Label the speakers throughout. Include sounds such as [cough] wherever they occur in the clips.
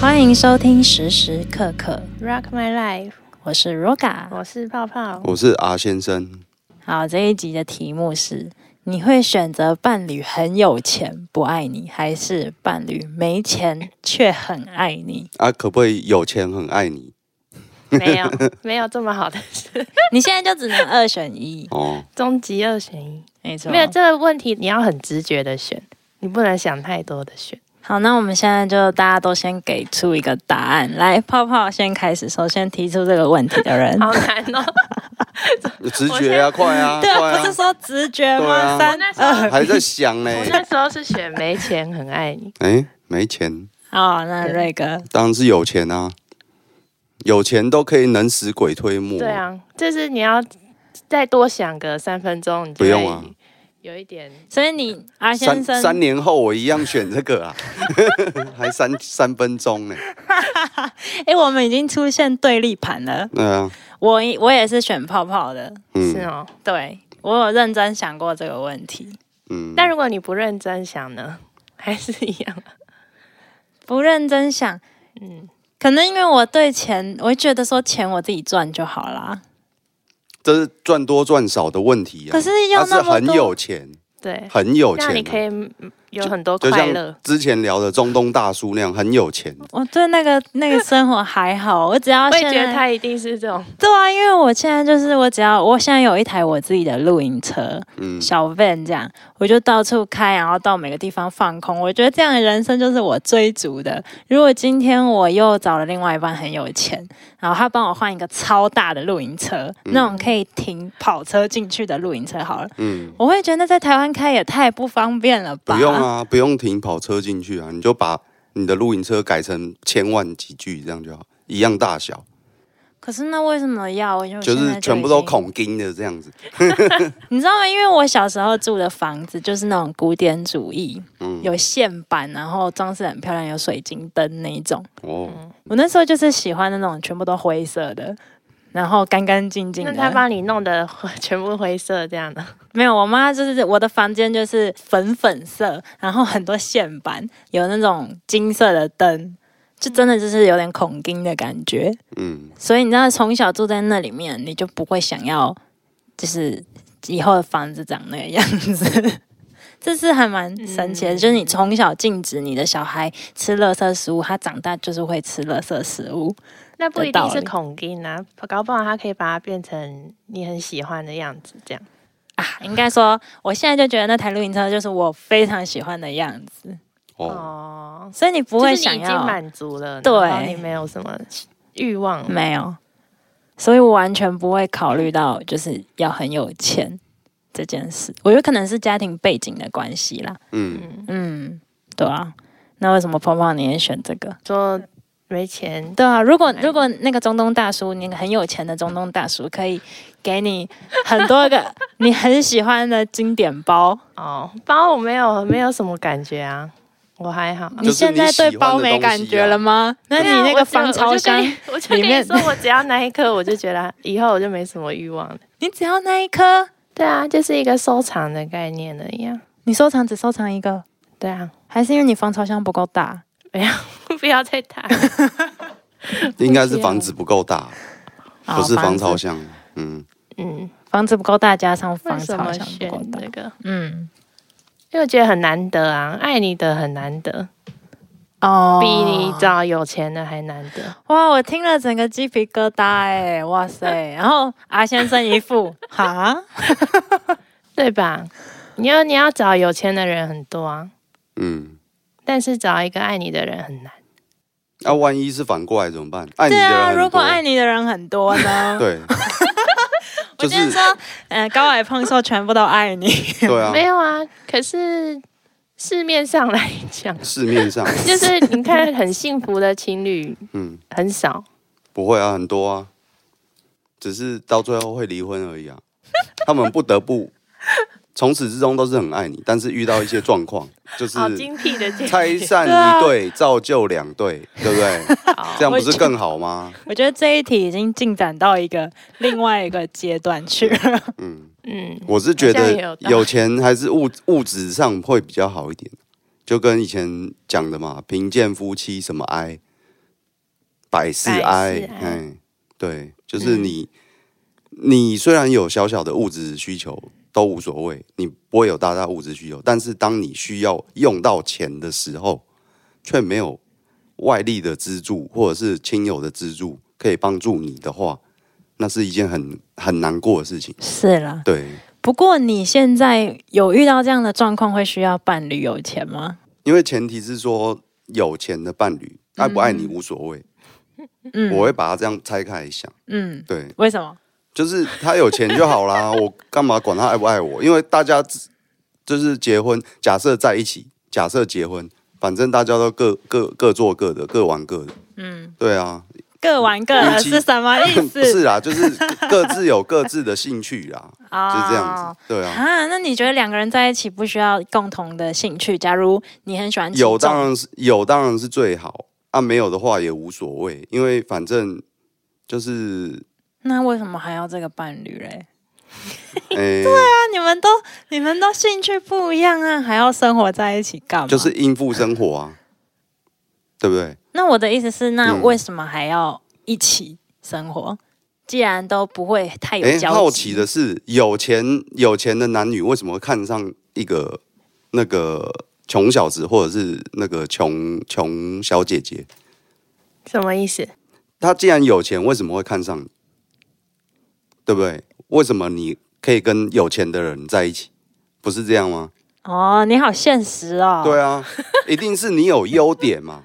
Speaker 1: 欢迎收听时时刻刻，
Speaker 2: Rock My Life，
Speaker 1: 我是 Roga。
Speaker 2: 我是泡 [laughs] 泡。
Speaker 3: 我是
Speaker 1: 哦
Speaker 3: 阿先生，
Speaker 1: 好，这一集的题目是：你会选择伴侣很有钱不爱你，还是伴侣没钱却很爱你？
Speaker 3: 啊，可不可以有钱很爱你？
Speaker 2: 没有，没有这么好的事，
Speaker 1: 你现在就只能二选
Speaker 2: [laughs]
Speaker 1: 一， [laughs]
Speaker 3: 哦，
Speaker 2: 终极二选一。
Speaker 1: 没错。
Speaker 2: 没有这个问题，你要很直觉的选，你不能想太多的选。
Speaker 1: 好，那我们现在就大家都先给出一个答案。来，泡泡先开始，首先提出这个问题的人。
Speaker 2: 好难 [laughs] 哦！
Speaker 3: 直觉啊，快
Speaker 1: [laughs]
Speaker 3: 啊，
Speaker 1: 对
Speaker 3: 快
Speaker 1: 啊，不是
Speaker 3: 啊，
Speaker 1: 说直觉
Speaker 3: 对
Speaker 1: 吗？
Speaker 3: 啊
Speaker 1: 三
Speaker 2: 那时候
Speaker 1: 二
Speaker 3: 还在想呢。
Speaker 2: 我那时候是选没钱很爱你，
Speaker 3: 哎，没钱，
Speaker 1: 哦，那瑞哥，
Speaker 3: 当然是有钱啊，有钱都可以能使鬼推磨。
Speaker 2: 对，啊，就是你要再多想个三分钟，你就
Speaker 3: 不用啊
Speaker 2: 会有一点
Speaker 1: 所以你阿先
Speaker 3: 三
Speaker 1: 生
Speaker 3: 三年后我一样选这个啊， [laughs] 还三三分钟呢。
Speaker 1: 哎、我们已经出现对立盘了。
Speaker 3: 对啊，
Speaker 1: 我我也是选泡泡的，
Speaker 2: 是
Speaker 3: 嗯
Speaker 2: 哦。
Speaker 1: 对我有认真想过这个问题。
Speaker 3: 嗯，
Speaker 2: 但如果你不认真想呢，还是一样。
Speaker 1: 不认真想，
Speaker 2: 嗯，
Speaker 1: 可能因为我对钱，我会觉得说钱我自己赚就好啦。
Speaker 3: 这是赚多赚少的问题啊。
Speaker 1: 可是要
Speaker 3: 他
Speaker 1: 那
Speaker 3: 是
Speaker 1: 么
Speaker 3: 很有
Speaker 1: 多，
Speaker 3: 钱，
Speaker 2: 对，
Speaker 3: 很有
Speaker 2: 那
Speaker 3: 钱
Speaker 2: 你可
Speaker 3: 啊，
Speaker 2: 以嗯有很多
Speaker 3: 就
Speaker 2: 快乐
Speaker 3: 像。之前聊的中东大叔那样，很有钱。啊
Speaker 1: 我对那个那个生活还好，我只要
Speaker 2: 我也
Speaker 1: 现
Speaker 2: 觉得
Speaker 1: 在
Speaker 2: 他一定是这种
Speaker 1: 对啊，因为我现在就是我只要我现在有一台我自己的露营车，
Speaker 3: 嗯，
Speaker 1: 小 van 这样，我就到处开，然后到每个地方放空。我觉得这样的人生就是我追逐的。如果今天我又找了另外一半很有钱，然后他帮我换一个超大的露营车，那种可以停跑车进去的露营车好了，
Speaker 3: 嗯。
Speaker 1: 我会觉得在台湾开也太不方便了吧？
Speaker 3: 不用啊，不用停跑车进去啊，你就把你的露营车改成千万级距这样就好，一样大小，
Speaker 1: 可是那为什么要？因为我
Speaker 3: 就
Speaker 1: 哦现在
Speaker 3: 是
Speaker 1: 已
Speaker 3: 全部都
Speaker 1: 经
Speaker 3: 孔钉的这样子。
Speaker 1: 你知道吗？因为我小时候住的房子就是那种古典主义，
Speaker 3: 嗯，
Speaker 1: 有线板，然后装饰很漂亮，有水晶灯那一种。
Speaker 3: 哦，
Speaker 1: 我那时候就是喜欢那种全部都灰色的，然后干干净净
Speaker 2: 那他
Speaker 1: 的。
Speaker 2: 帮你弄的全部灰色这样的，
Speaker 1: 没有，我妈就是我的房间就是粉粉色，然后很多线板，有那种金色的灯，就真的就是有点恐惊的感觉。
Speaker 3: 嗯，
Speaker 1: 所以你知道，从小住在那里面，你就不会想要，就是以后的房子长那个样子。 [laughs] 这是还蛮神奇的，
Speaker 2: 嗯
Speaker 1: 就是你从小禁止你的小孩吃垃圾食物，他长大就是会吃垃圾食物。
Speaker 2: 那不一定是恐惊啊，搞不好他可以把它变成你很喜欢的样子，这样
Speaker 1: 啊，应该说，我现在就觉得那台露营车就是我非常喜欢的样子，
Speaker 3: 哦，
Speaker 2: 哦，
Speaker 1: 所以你不
Speaker 2: 就
Speaker 1: 会
Speaker 2: 是
Speaker 1: 想
Speaker 2: 你已经
Speaker 1: 要
Speaker 2: 满足了，
Speaker 1: 对
Speaker 2: 然后你没有什么欲望，
Speaker 1: 没有，所以我完全不会考虑到就是要很有钱这件事。我觉得可能是家庭背景的关系啦。
Speaker 3: 嗯，
Speaker 1: 嗯，对啊。那为什么泡泡你也选这个？
Speaker 2: 说没钱，
Speaker 1: 对啊，如果
Speaker 2: 对
Speaker 1: 如果那个中东大叔，那个很有钱的中东大叔，可以给你很多个 [laughs] 你很喜欢的经典包，
Speaker 2: 哦，包我没有没有什么感觉啊，我还好。
Speaker 1: 你
Speaker 3: 就是
Speaker 1: 现
Speaker 3: 你
Speaker 1: 在对
Speaker 3: 喜欢
Speaker 1: 包
Speaker 3: 的
Speaker 1: 没
Speaker 3: 东
Speaker 1: 感
Speaker 3: 西
Speaker 1: 觉
Speaker 3: 啊
Speaker 1: 了吗？那你
Speaker 2: 对啊
Speaker 1: 那
Speaker 2: 我
Speaker 1: 个
Speaker 2: 只
Speaker 1: 防潮箱
Speaker 2: 我就，跟你我就跟
Speaker 1: 里
Speaker 2: 你
Speaker 1: 面
Speaker 2: 说，我只要那一颗，我就觉得以后我就没什么欲望了。
Speaker 1: 你只要那一颗，
Speaker 2: 对啊，就是一个收藏的概念而已啊。
Speaker 1: 你收藏只收藏一个，[laughs]
Speaker 2: 对啊，
Speaker 1: 还是因为你防潮箱不够大？
Speaker 2: 不要再打了。
Speaker 3: 应该是房子不够大，不是
Speaker 1: 哦
Speaker 3: 防潮
Speaker 1: 子，
Speaker 3: 箱。嗯，
Speaker 2: 嗯，
Speaker 1: 房子不够大加上防
Speaker 2: 为什
Speaker 1: 潮
Speaker 2: 么
Speaker 1: 箱不
Speaker 2: 选
Speaker 1: 够大
Speaker 2: 这，个？
Speaker 1: 嗯，
Speaker 2: 因为我觉得很难得啊，爱你的很难得，
Speaker 1: 哦
Speaker 2: 比你找有钱的还难得。
Speaker 1: 哇，我听了整个鸡皮疙瘩哎，哇 [laughs] 塞！然后阿先生一副 [laughs] 哈，
Speaker 2: 对吧？你要你要找有钱的人很多啊，
Speaker 3: 嗯，
Speaker 2: 但是找一个爱你的人很难。
Speaker 3: 那啊万一是反过来怎么办？爱你
Speaker 1: 对
Speaker 3: 的
Speaker 1: 啊，
Speaker 3: 人
Speaker 1: 如
Speaker 3: 很
Speaker 1: 果
Speaker 3: 多，
Speaker 1: 爱你的人很多呢？
Speaker 3: [laughs] 对，
Speaker 1: [laughs] 我
Speaker 3: 就
Speaker 1: 今天
Speaker 3: 是
Speaker 1: 说，呃，高矮胖瘦全部都爱你， [laughs]
Speaker 3: 对啊
Speaker 2: 没，有啊，可是市面上来讲， [laughs]
Speaker 3: 市面上，
Speaker 2: 就是你看很幸福的情侣
Speaker 3: 嗯，
Speaker 2: 很少，
Speaker 3: 不会啊，很多啊，只是到最后会离婚而已啊， [laughs] 他们不得不。从始至终都是很爱你，但是遇到一些状况，就是
Speaker 2: 好哦精辟的建
Speaker 3: 拆
Speaker 2: 议。
Speaker 3: 散
Speaker 1: 对啊
Speaker 3: 一对，造就两对，对不对？这样不是更好吗？
Speaker 1: 我觉得这一题已经进展到一个另外一个阶段去了。
Speaker 3: 嗯，
Speaker 2: [laughs] 嗯，
Speaker 3: 我是觉
Speaker 2: 好像也有
Speaker 3: 得
Speaker 2: 道理
Speaker 3: 有钱还是物物质上会比较好一点，就跟以前讲的嘛，贫贱夫妻什么哀，百事
Speaker 2: 百事
Speaker 3: 哀
Speaker 2: 哀，嗯
Speaker 3: 哎，对，就是你，你虽然有小小的物质需求都无所谓，你不会有大大物质需求，但是当你需要用到钱的时候，却没有外力的资助或者是亲友的资助可以帮助你的话，那是一件很很难过的事情。
Speaker 1: [laughs] 是啦。
Speaker 3: 对，
Speaker 1: 不过你现在有遇到这样的状况，会需要伴侣有钱吗？
Speaker 3: 因为前提是说有钱的伴侣爱不爱你无所谓，
Speaker 1: 嗯，
Speaker 3: 我会把它这样拆开来想。
Speaker 1: 嗯，
Speaker 3: 对，
Speaker 1: 为什么？
Speaker 3: 就是他有钱就好啦，我干嘛管他爱不爱我？因为大家只就是结婚，假设在一起，假设结婚，反正大家都各各各做各的，各玩各的。嗯，对啊，
Speaker 1: 各玩各的
Speaker 3: 与其
Speaker 1: 是什么意
Speaker 3: [laughs] 不
Speaker 1: 思？
Speaker 3: 是啦，就是各自有各自的兴趣啦，就
Speaker 1: 啊
Speaker 3: 是这样子。对啊，
Speaker 1: 啊，那你觉得两个人在一起不需要共同的兴趣？假如你很喜欢骑
Speaker 3: 有
Speaker 1: 重
Speaker 3: 当然是有当然是最好，啊没有的话也无所谓，因为反正就是，
Speaker 1: 那为什么还要这个伴侣嘞？
Speaker 3: 诶、啊，
Speaker 1: 那你们都你们都兴趣不一样啊，还要生活在一起干嘛？
Speaker 3: 就是应付生活
Speaker 1: 哎
Speaker 3: 啊，对不对？
Speaker 1: 那我的意思是，那
Speaker 3: 嗯
Speaker 1: 为什么还要一起生活？既然都不会太有
Speaker 3: 哎，
Speaker 1: 交集，
Speaker 3: 好奇的是，有钱有钱的男女为什么会看上一个那个穷小子，或者是那个穷穷小姐姐？
Speaker 2: 什么意思？
Speaker 3: 他既然有钱，为什么会看上你？对不对？为什么你可以跟有钱的人在一起？不是这样吗？
Speaker 1: 哦，你好现实哦。
Speaker 3: 对啊，一定是你有优
Speaker 1: [laughs]
Speaker 3: 点嘛，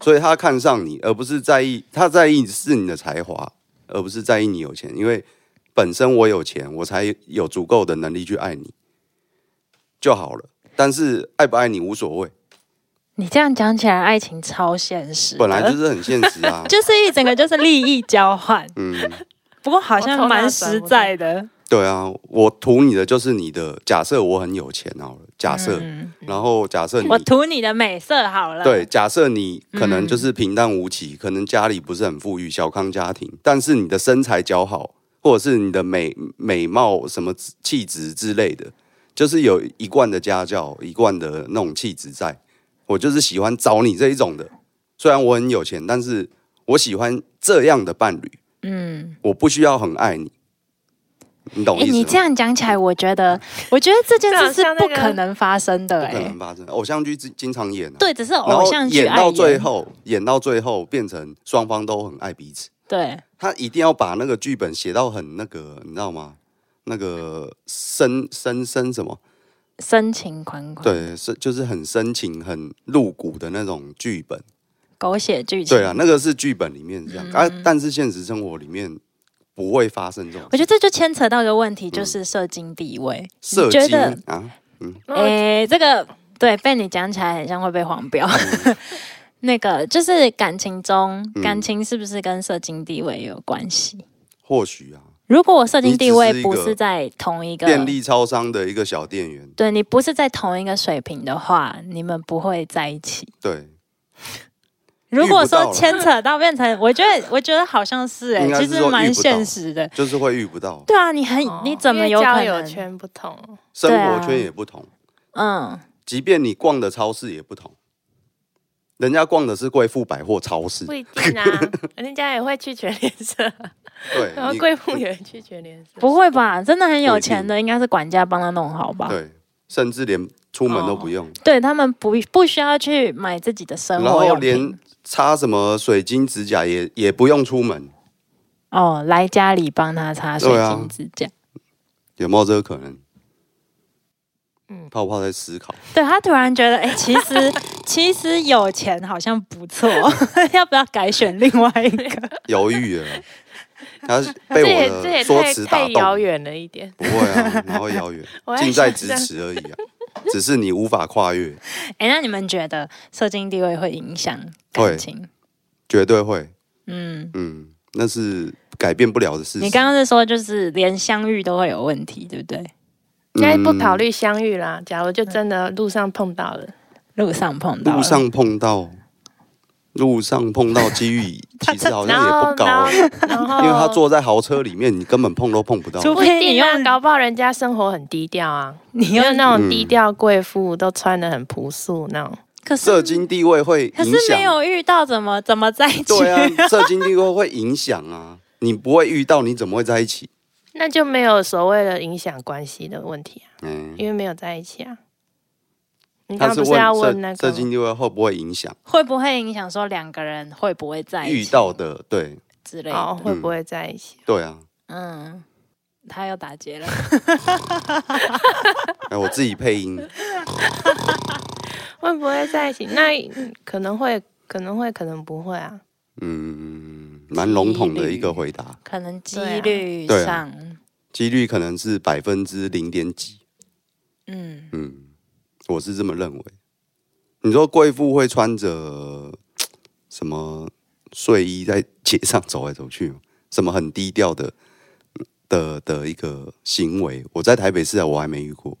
Speaker 3: 所以他看上你，而不是在意他在意是你的才华，而不是在意你有钱，因为本身我有钱，我才有足够的能力去爱你就好了。但是爱不爱你无所谓，
Speaker 1: 你这样讲起来，爱情超现实的，。
Speaker 3: 本来就是很现实啊
Speaker 1: [laughs] 就是一整个就是利益交换，
Speaker 3: 嗯，
Speaker 1: 不过好像
Speaker 2: 我头脑
Speaker 1: 蛮
Speaker 2: 转
Speaker 1: 实
Speaker 2: 不
Speaker 1: 在的。
Speaker 3: 对啊，我图你的就是你的。假设我很有钱好了，假设，
Speaker 1: 嗯
Speaker 3: 然后假设你
Speaker 1: 我图你的美色好了。
Speaker 3: 对，，假设你可能
Speaker 1: 嗯
Speaker 3: 就是平淡无奇，可能家里不是很富裕，小康家庭，但是你的身材姣好，或者是你的美美貌什么气质之类的，就是有一贯的家教，一贯的那种气质在。我就是喜欢找你这一种的，虽然我很有钱，但是我喜欢这样的伴侣，
Speaker 1: 嗯，
Speaker 3: 我不需要很爱你，你懂
Speaker 1: 哎，
Speaker 3: 意思吗？
Speaker 1: 你这样讲起来，我觉得，我觉得这件事
Speaker 2: 这
Speaker 1: 是
Speaker 2: 好像
Speaker 1: 不
Speaker 2: 那个
Speaker 1: 可能发生的，
Speaker 3: 不可
Speaker 1: 哎
Speaker 3: 能，发生，偶像剧经经常演、啊，，
Speaker 1: 对，只是
Speaker 3: 然
Speaker 1: 偶
Speaker 3: 后
Speaker 1: 像剧
Speaker 3: 演
Speaker 1: 爱
Speaker 3: 到
Speaker 1: 演
Speaker 3: 最，后，演到最后变成双方都很爱彼此。
Speaker 1: 对，
Speaker 3: 他一定要把那个剧本写到很那个，你知道吗？那个深深深什么？
Speaker 1: 深情款款，
Speaker 3: 对，是就是很深情、很露骨的那种剧本。
Speaker 1: 狗血剧情。
Speaker 3: 对啊，那个是剧本里面这样、
Speaker 1: 嗯
Speaker 3: 啊，但是现实生活里面不会发生这种
Speaker 1: 我觉得这就牵扯到一个问题，就是社经地位。
Speaker 3: 射
Speaker 1: 觉
Speaker 3: 精
Speaker 1: 得
Speaker 3: 啊。
Speaker 2: 嗯
Speaker 1: 诶、这个对被你讲起来很像会被黄标。
Speaker 3: 嗯
Speaker 1: [laughs] 那个就是感情中，感情是不是跟社经地位有关系？
Speaker 3: 或许啊，
Speaker 1: 如果我社经地
Speaker 3: 你只是
Speaker 1: 位
Speaker 3: 一个
Speaker 1: 不是在同一个，
Speaker 3: 便利超商的一个小店员，
Speaker 1: 对你不是在同一个水平的话，你们不会在一起。
Speaker 3: 对，
Speaker 1: 如果
Speaker 3: 遇不到
Speaker 1: 说
Speaker 3: 了
Speaker 1: 牵扯到变成，我觉得我觉得好像是哎、
Speaker 3: 应该
Speaker 1: 其
Speaker 3: 是
Speaker 1: 实
Speaker 3: 说遇
Speaker 1: 蛮
Speaker 3: 不到
Speaker 1: 现实的。
Speaker 3: 就是会遇不到，
Speaker 1: 对啊，你很、
Speaker 2: 哦
Speaker 1: 你怎么
Speaker 2: 因
Speaker 1: 有
Speaker 2: 为
Speaker 1: 可
Speaker 2: 交
Speaker 1: 能？
Speaker 2: 友圈不同，
Speaker 3: 生
Speaker 1: 对啊
Speaker 3: 活圈也不同，
Speaker 1: 嗯，
Speaker 3: 即便你逛的超市也不同，人家逛的是贵妇百货超市
Speaker 2: 不，一定
Speaker 1: [laughs]
Speaker 2: 啊。人家也会去全脸色，
Speaker 3: 对
Speaker 1: 哦
Speaker 2: 然，后
Speaker 3: 你
Speaker 2: 贵妇也会去全脸色。
Speaker 1: 不会吧？真的很有钱的，应该是管家帮他弄好
Speaker 2: 啊
Speaker 1: 吧？
Speaker 3: 对，甚至连出门都不用，
Speaker 2: 哦
Speaker 1: 对他们不不需要去买自己的生
Speaker 3: 然
Speaker 1: 活
Speaker 3: 后
Speaker 1: 用品
Speaker 3: 连擦什么水晶指甲也也不用出门，
Speaker 1: 哦，来家里帮他擦水
Speaker 3: 对啊
Speaker 1: 晶指甲。
Speaker 3: 有没有这个可能？
Speaker 2: 嗯
Speaker 3: 泡泡在思考，
Speaker 1: 对他突然觉得，哎、其实其实有钱好像不错， [laughs] 要不要改选另外一个？ [laughs]
Speaker 3: 犹
Speaker 2: [laughs]
Speaker 3: 豫了，他被
Speaker 2: 这也
Speaker 3: 我
Speaker 2: 这也
Speaker 3: 的说
Speaker 2: 太
Speaker 3: 辞打
Speaker 2: 太遥
Speaker 3: 动。
Speaker 2: 远了一点。
Speaker 3: 不会啊，哪会遥远
Speaker 2: [laughs] 我？在
Speaker 3: 近在
Speaker 2: 想
Speaker 3: 咫
Speaker 2: 象
Speaker 3: 尺而已啊，只是你无法跨越，
Speaker 1: 哎、那你们觉得社经地位会影响
Speaker 3: 会
Speaker 1: 感情？
Speaker 3: 绝对会。
Speaker 1: 嗯，
Speaker 3: 嗯，那是改变不了的事情。
Speaker 1: 你刚刚是说就是连相遇都会有问题，对不对？
Speaker 2: 应该不考
Speaker 3: 虑
Speaker 2: 虑相遇啦。假如就
Speaker 1: 嗯
Speaker 2: 真的路上碰到了，
Speaker 1: 路上碰到了
Speaker 3: 路上碰到，路上碰到机
Speaker 2: [laughs]
Speaker 3: 遇，其实好
Speaker 2: 然
Speaker 3: 像也
Speaker 2: 后
Speaker 3: 不高
Speaker 2: 然
Speaker 3: 啊、
Speaker 2: 后然后，
Speaker 3: [laughs] 因为他坐在豪车里面，你根本碰都碰不到。
Speaker 1: [laughs] 除
Speaker 2: 不
Speaker 1: 非
Speaker 2: 一
Speaker 1: 你
Speaker 2: 定啊，
Speaker 1: 用
Speaker 2: 搞不好人家生活很低调啊，
Speaker 1: 你
Speaker 2: 因
Speaker 1: 用
Speaker 3: 嗯
Speaker 2: 为那种低调贵妇都穿的很朴素那种。
Speaker 1: 可是
Speaker 3: 社经地位会
Speaker 1: 可是
Speaker 3: 影
Speaker 1: 没
Speaker 3: 响，
Speaker 1: 有遇到，怎么怎么在一起？
Speaker 3: 对啊，社经地位会影响啊。你不会遇到，你怎么会在一起？
Speaker 2: 那就没有所谓的影响关系的问题啊，
Speaker 3: 嗯，
Speaker 2: 因为没有在一起啊。你刚
Speaker 3: 他
Speaker 2: 刚不
Speaker 3: 问
Speaker 2: 是要
Speaker 3: 社
Speaker 2: 问那个
Speaker 3: 社
Speaker 2: 吗
Speaker 3: 经地位会不会影响
Speaker 1: [laughs] 会不会影响说两个人会不会在一
Speaker 3: 遇
Speaker 1: 起
Speaker 3: 到的？对
Speaker 1: 之类
Speaker 2: 哦，
Speaker 1: 的？
Speaker 2: 会
Speaker 3: 嗯
Speaker 2: 不会在一起？
Speaker 3: 对啊，
Speaker 1: 嗯，他又打结了。
Speaker 3: 哎，我自己配音，
Speaker 2: 会不会在一起？那可能会，可能会，可能不会啊。
Speaker 3: 嗯，蛮笼统的一个回答，
Speaker 1: 可能几
Speaker 2: 对啊
Speaker 1: 率
Speaker 3: 对啊
Speaker 1: 上，
Speaker 3: 几率可能是百分之零点几，
Speaker 1: 嗯，
Speaker 3: 嗯，我是这么认为。你说贵妇会穿着什么睡衣在街上走来走去吗？什么很低调的的的一个行为？我在台北市啊，我还没遇过，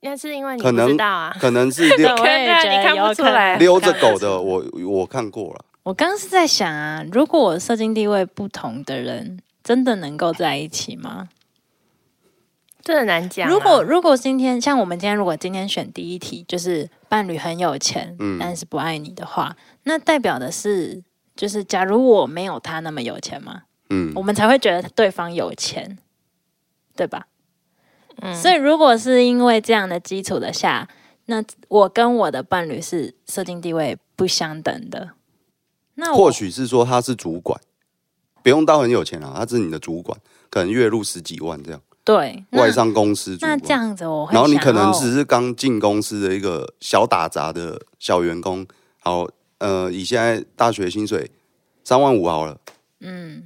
Speaker 2: 那是因为你
Speaker 3: 可
Speaker 2: 不
Speaker 3: 能
Speaker 2: 知道啊。
Speaker 3: 可能是
Speaker 1: [laughs] 对
Speaker 3: 溜
Speaker 1: 我也觉
Speaker 2: 你看
Speaker 1: 得
Speaker 2: 不
Speaker 1: 有
Speaker 2: 出
Speaker 1: 可
Speaker 2: 来
Speaker 1: 能
Speaker 3: 溜着狗的，我我看过了。
Speaker 1: 我刚刚是在想啊，如果我社经地位不同的人，真的能够在一起吗？
Speaker 2: 这很难讲啊。
Speaker 1: 如果如果今天像我们今天，如果今天选第一题，就是伴侣很有钱，
Speaker 3: 嗯
Speaker 1: 但是不爱你的话，那代表的是，就是假如我没有他那么有钱吗？
Speaker 3: 嗯
Speaker 1: 我，们才会觉得对方有钱，对吧？
Speaker 2: 嗯
Speaker 1: 所以如果是因为这样的基础的下，那我跟我的伴侣是社经地位不相等的，那我
Speaker 3: 或许是说他是主管，不用到很有钱啊，他是你的主管，可能月入十几万这样，
Speaker 1: 对那
Speaker 3: 外商公司主
Speaker 1: 那
Speaker 3: 管。
Speaker 1: 这样子我会
Speaker 3: 然
Speaker 1: 想要，
Speaker 3: 后你可能只是刚进公司的一个小打杂的小员工，好，呃，以现在大学薪水三万五好了，
Speaker 1: 嗯，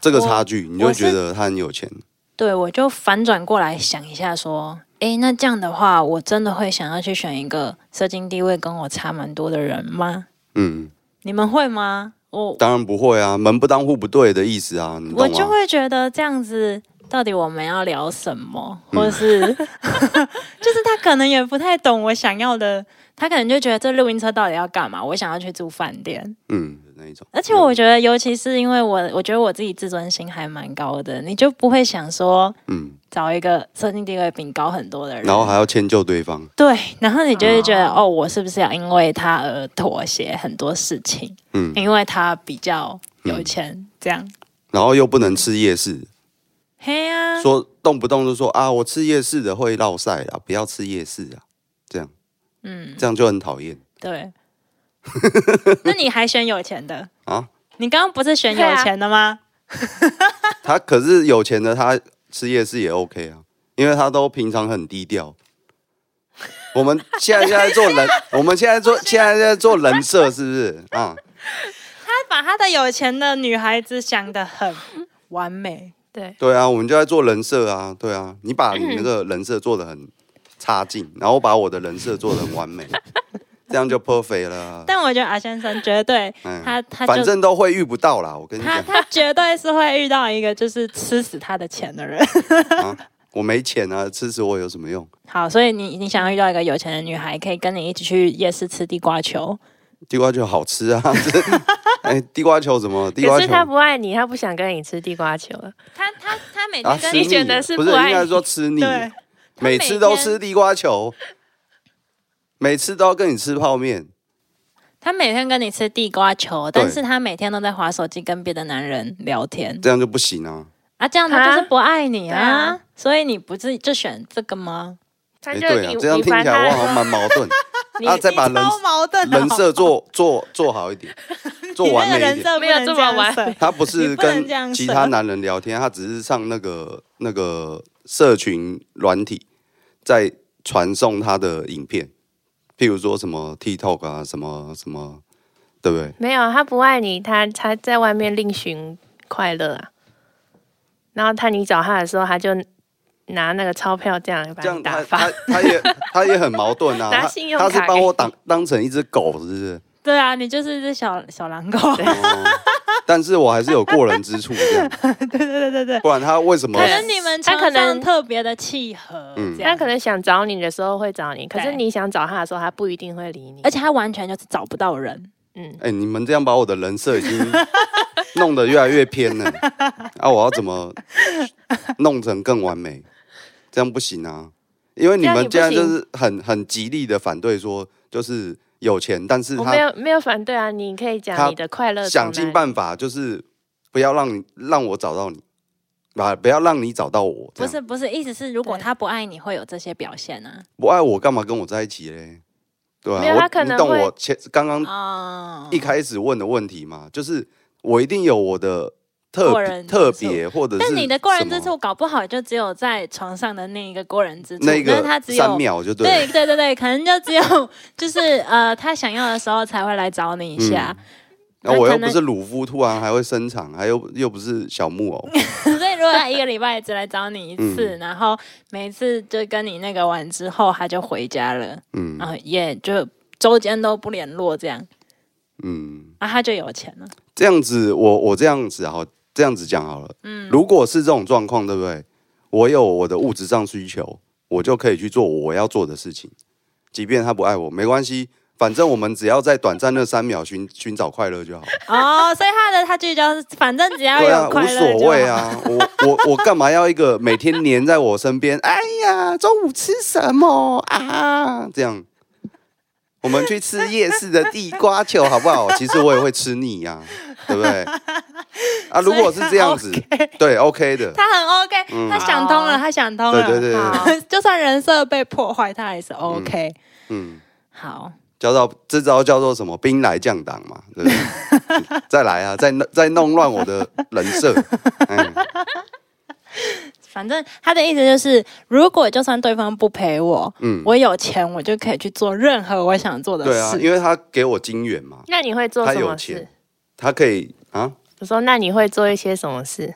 Speaker 3: 这个
Speaker 1: 我
Speaker 3: 差距你就
Speaker 1: 我
Speaker 3: 会觉
Speaker 1: 是
Speaker 3: 得他很有钱，
Speaker 1: 对我就反转过来想一下说。诶，那这样的话，我真的会想要去选一个社经地位跟我差蛮多的人吗？
Speaker 3: 嗯，
Speaker 1: 你们会吗？我
Speaker 3: 当然不会啊，门不当户不对的意思啊，你
Speaker 1: 我
Speaker 3: 懂
Speaker 1: 就
Speaker 3: 吗？
Speaker 1: 会觉得这样子，到底我们要聊什么，
Speaker 3: 嗯
Speaker 1: 或是、 [laughs] 就是他可能也不太懂我想要的，他可能就觉得这录音车到底要干嘛？我想要去住饭店，
Speaker 3: 嗯，那一种，
Speaker 1: 而且我觉得，尤其是因为我，我觉得我自己自尊心还蛮高的，你就不会想说
Speaker 3: 嗯，
Speaker 1: 找一个社经地位比你高很多的人，
Speaker 3: 然后还要迁就对方，
Speaker 1: 对，然后你就会觉得、哦，我是不是要因为他而妥协很多事情，
Speaker 3: 嗯，
Speaker 1: 因为他比较有钱，这样，
Speaker 3: 然后又不能吃夜市，
Speaker 1: 嘿呀、
Speaker 3: 说动不动就说啊，我吃夜市的会落晒啊，不要吃夜市啊，这样
Speaker 1: 嗯。
Speaker 3: 这样就很讨厌。
Speaker 1: [laughs] 对，那你还选有钱的
Speaker 3: 啊？
Speaker 1: 你刚刚不是选有钱的吗？
Speaker 3: 他可是有钱的，他吃夜市也 OK 啊，因为他都平常很低调。我们现在现在做人，我们现在做现在在做人设，是不是啊？
Speaker 1: 他把他的有钱的女孩子想得很完美，
Speaker 2: 对，
Speaker 3: 对啊，我们就在做人设啊，对啊，你把你那个人设做的很差劲，然后把我的人设做的很完美，这样就 perfect 了啊。
Speaker 1: 但我觉得阿先生绝对，
Speaker 3: 嗯
Speaker 1: 他他
Speaker 3: 反
Speaker 1: 就
Speaker 3: 正都会遇不到啦，我跟你
Speaker 1: 他
Speaker 3: 讲，
Speaker 1: 他绝对是会遇到一个就是吃死他的钱的人。 [laughs]
Speaker 3: 我没钱啊，吃死我有什么用？
Speaker 1: 好，所以你你想要遇到一个有钱的女孩，可以跟你一起去夜市吃地瓜球，
Speaker 3: 地瓜球好吃啊，这哎，地瓜球怎么？地瓜
Speaker 2: 可
Speaker 3: 球
Speaker 2: 是他不爱你，他不想跟你吃地瓜球了。
Speaker 1: 他他他每
Speaker 3: 啊，
Speaker 1: 天跟哎
Speaker 3: 吃腻
Speaker 1: 你、
Speaker 2: 你选的
Speaker 3: 了
Speaker 2: 是
Speaker 3: 不是
Speaker 2: 不
Speaker 3: 应
Speaker 2: 爱
Speaker 3: 该
Speaker 2: 你
Speaker 3: 说吃腻了？
Speaker 1: 对。
Speaker 3: 每次都吃地瓜球，每次都要跟你吃泡面，
Speaker 1: 他每天跟你吃地瓜球，但
Speaker 3: 对
Speaker 1: 是他每天都在划手机跟别的男人聊天。
Speaker 3: 这样就不行啊！
Speaker 1: 啊，这样他就是
Speaker 2: 啊
Speaker 1: 不爱你啊，
Speaker 2: 对啊
Speaker 1: 所以你不是就选这个吗？
Speaker 2: 他
Speaker 3: 哎
Speaker 2: 就
Speaker 3: 对啊
Speaker 2: 你，
Speaker 3: 这样
Speaker 2: 你
Speaker 3: 听
Speaker 2: 烦
Speaker 3: 起来我
Speaker 2: 他，
Speaker 3: 好像蛮矛盾。
Speaker 2: 你
Speaker 3: 啊，再把人
Speaker 1: 矛盾
Speaker 3: 人设做做做好一点，做完美一点。
Speaker 1: 设
Speaker 2: 没有这么完美 [laughs]
Speaker 1: 美。
Speaker 3: 他不是
Speaker 1: 你不能这
Speaker 3: 跟
Speaker 1: 样
Speaker 3: 其
Speaker 1: 设
Speaker 3: 他男人聊天，他只是上那个那个社群软体，在传送他的影片，譬如说什么 TikTok 啊，什么什么，对不对？
Speaker 2: 没有他不爱你，他他在外面另寻快乐啊。然后他你找他的时候，他就拿那个钞票这样把
Speaker 3: 这
Speaker 2: 你
Speaker 3: 样
Speaker 2: 打
Speaker 3: 他
Speaker 2: 发
Speaker 3: 他。他也他也很矛盾
Speaker 2: [laughs]
Speaker 3: 啊，
Speaker 2: 拿
Speaker 3: 他
Speaker 2: 信用
Speaker 3: 他是
Speaker 2: 卡
Speaker 3: 把
Speaker 2: 给
Speaker 3: 我
Speaker 2: 你
Speaker 3: 当当成一只狗，是不是？
Speaker 1: 对啊，你就是一只小小狼狗。对
Speaker 3: 哦但是我还是有过人之处，这
Speaker 2: [laughs]
Speaker 3: 样，
Speaker 1: 对对对对，
Speaker 3: 不然他为什
Speaker 1: [laughs]
Speaker 3: 么
Speaker 1: 可？能你们
Speaker 2: 他可
Speaker 1: 常
Speaker 2: 能
Speaker 1: 常特别的契合，
Speaker 3: 嗯
Speaker 1: 这
Speaker 2: 他
Speaker 1: 样
Speaker 2: 可。能想找你的时候会找你，可是
Speaker 1: 对
Speaker 2: 你想找他的时候，他不一定会理你
Speaker 1: 而。且他完全就是找不到人，
Speaker 2: 嗯，
Speaker 3: 哎、你们这样把我的人设已经弄得越来越偏了，啊，我要怎么弄成更完美？这样不行啊！因为你
Speaker 2: 这样也
Speaker 3: 们
Speaker 2: 不
Speaker 3: 现在就
Speaker 2: 行
Speaker 3: 是很很极力的反对说，就是有钱，但是
Speaker 2: 我没
Speaker 3: 他
Speaker 2: 有没有反对啊，你可以
Speaker 3: 他
Speaker 2: 讲你的快乐从哪
Speaker 3: 想
Speaker 2: 里。
Speaker 3: 尽办法就是不要让你让我找到你，啊，不要让你找到我，这
Speaker 1: 不
Speaker 3: 样
Speaker 1: 是不是，意思是如果
Speaker 2: 对
Speaker 1: 他不爱你，会有这些表现啊。
Speaker 3: 不爱我干嘛跟我在一起嘞？对啊，
Speaker 2: 没有
Speaker 3: 我
Speaker 2: 他可能
Speaker 3: 你懂
Speaker 2: 会
Speaker 3: 我前刚刚
Speaker 1: 哦，
Speaker 3: 嗯一开始问的问题吗？就是我一定有我的特
Speaker 1: 过
Speaker 3: 别
Speaker 1: 人
Speaker 3: 特别，或者是
Speaker 1: 但你的过人
Speaker 3: 什么
Speaker 1: 之处，搞不好就只有在床上的那一个过人之处，
Speaker 3: 那
Speaker 1: 但是他
Speaker 3: 个
Speaker 1: 只
Speaker 3: 三
Speaker 1: 有
Speaker 3: 秒就对
Speaker 1: 对
Speaker 3: 了，
Speaker 1: 对对对，可能就只有就是呃，他想要的时候才会来找你一下，
Speaker 3: 那
Speaker 1: 那
Speaker 3: 我
Speaker 1: 可
Speaker 3: 又不
Speaker 1: 能
Speaker 3: 是鲁夫，突然还会生长，还又又不是小
Speaker 1: [laughs]
Speaker 3: 木偶，
Speaker 1: 所以如果他一个礼拜只来找你一
Speaker 3: 嗯
Speaker 1: 次，然后每次就跟你那个完之后，他就回家了，
Speaker 3: 嗯
Speaker 1: 然后也就周间都不联络这样，
Speaker 3: 嗯，
Speaker 1: 啊，他就有钱了， [laughs]
Speaker 3: 这样子，我我这样子啊好，这样子讲好了，嗯，如果是这种状况，对不对？我有我的物质上需求，我就可以去做我要做的事情，即便他不爱我，没关系，反正我们只要在短暂那三秒寻寻找快乐就好了。
Speaker 1: 哦，所以他的他聚焦是，反正只要
Speaker 3: 对啊，
Speaker 1: 有
Speaker 3: 无
Speaker 1: 快乐就
Speaker 3: 所
Speaker 1: 好
Speaker 3: 谓，啊，我我 [laughs] 我干嘛要一个每天黏在我身边？哎呀，中午吃什么啊？这样，我们去吃夜市的地瓜球好不
Speaker 1: [laughs]
Speaker 3: 好？其实我也会吃腻呀、对不对？啊，如果是这样子，对 OK 的，
Speaker 1: 他很 OK，、他想通了，
Speaker 2: 好
Speaker 1: 他想通
Speaker 3: 嗯对
Speaker 1: 了，
Speaker 3: 对对对，
Speaker 2: 好
Speaker 3: [laughs]
Speaker 1: 就算人设被破坏，他还是 OK。
Speaker 3: 嗯，
Speaker 1: 好，
Speaker 3: 叫到这招叫做什么？兵来将挡嘛，对不对？
Speaker 1: [laughs]
Speaker 3: 再来啊，再弄再弄乱我的人设，嗯，
Speaker 1: 反正他的意思就是，如果就算对方不陪我，
Speaker 3: 嗯
Speaker 1: 我有钱，我就可以去做任何我想做的
Speaker 3: 对啊，
Speaker 1: 事。
Speaker 3: 因为他给我金元嘛，
Speaker 2: 那你会做
Speaker 3: 他
Speaker 2: 什
Speaker 3: 有
Speaker 2: 么事
Speaker 3: 钱？，他可以啊。
Speaker 2: 我说，那你会做一些什么事？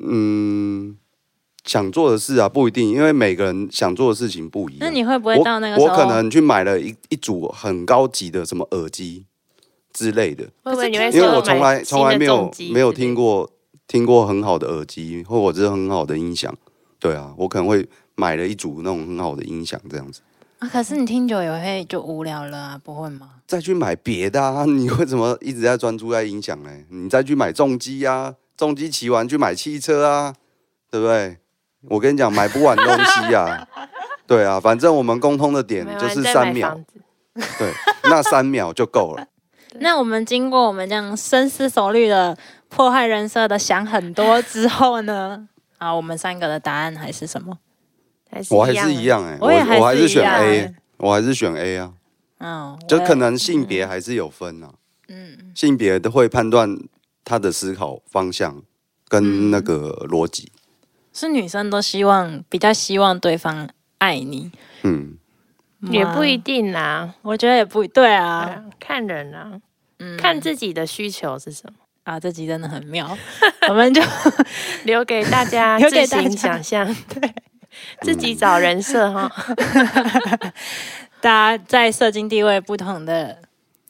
Speaker 3: 嗯，想做的事啊，不一定，因为每个人想做的事情不一样。
Speaker 1: 那你会不会到那个时
Speaker 3: 我
Speaker 1: 候？
Speaker 3: 我可能去买了一一组很高级的什么耳机之类的，
Speaker 2: 会不会你会
Speaker 3: 因为
Speaker 2: 说
Speaker 3: 我从
Speaker 2: 买
Speaker 3: 来从来
Speaker 2: 新的
Speaker 3: 没
Speaker 2: 重
Speaker 3: 有
Speaker 2: 机
Speaker 3: 没有
Speaker 2: 之类
Speaker 3: 听过听过很好的耳机，或者是很好的音响。对啊，我可能会买了一组那种很好的音响，这样子
Speaker 1: 啊，可是你听久也会就无聊了啊，不会吗？
Speaker 3: 再去买别的啊。你为什么一直在专注在音响呢？你再去买重机啊，重机骑完去买汽车啊，对不对？我跟你讲，买不完东西啊。对啊，反正我们共通的点
Speaker 2: 没有啊
Speaker 3: 就是
Speaker 2: 你在
Speaker 3: 三
Speaker 2: 买
Speaker 3: 秒
Speaker 2: 房，子
Speaker 3: 对，那三秒就够了。
Speaker 1: 那我们经过我们这样深思熟虑的破坏人设的想很多之后呢？ [laughs] 啊，我们三个的答案还是什么？
Speaker 2: 还是
Speaker 3: 我还是
Speaker 2: 啊
Speaker 3: 一。样哎、
Speaker 1: 我也
Speaker 3: 我我还
Speaker 1: 还是
Speaker 3: 是
Speaker 1: 一
Speaker 3: 选
Speaker 1: 样
Speaker 3: A，我还是选 A 啊，
Speaker 1: 嗯，
Speaker 3: 就
Speaker 1: 我也
Speaker 3: 可能性别还是有分啊，
Speaker 1: 嗯，
Speaker 3: 性别都会判断他的思考方向跟那个逻辑。
Speaker 1: 是女生都希望比较希望对方爱你，
Speaker 3: 嗯，
Speaker 2: 也不一
Speaker 1: 吗，
Speaker 2: 定啊，
Speaker 1: 我觉得也不对啊。
Speaker 2: 对啊看人啊，
Speaker 1: 嗯
Speaker 2: 看自己的需求是什么，
Speaker 1: 啊，这集真的很妙， [laughs] 我们就
Speaker 2: [laughs] 留给大家
Speaker 1: 留给
Speaker 2: 自
Speaker 1: 大家
Speaker 2: 行想象， [laughs] 对，自己找人设哈。
Speaker 1: 大家在社经地位不同的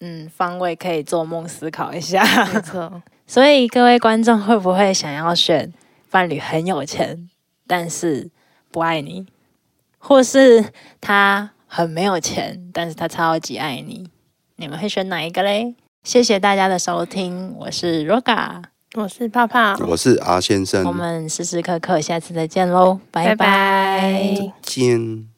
Speaker 1: 嗯方位，可以做梦思考一下。 [laughs]
Speaker 2: 没错，
Speaker 1: 所以各位观众会不会想要选伴侣很有钱，但是不爱你，或是他很没有钱，但是他超级爱你？你们会选哪一个嘞？谢谢大家的收听，我是 Roga，
Speaker 2: 我是泡泡，
Speaker 3: 我是阿先生，
Speaker 1: 我们时时刻刻下次再见喽，
Speaker 2: 拜
Speaker 1: 拜拜
Speaker 2: 拜。
Speaker 3: 见。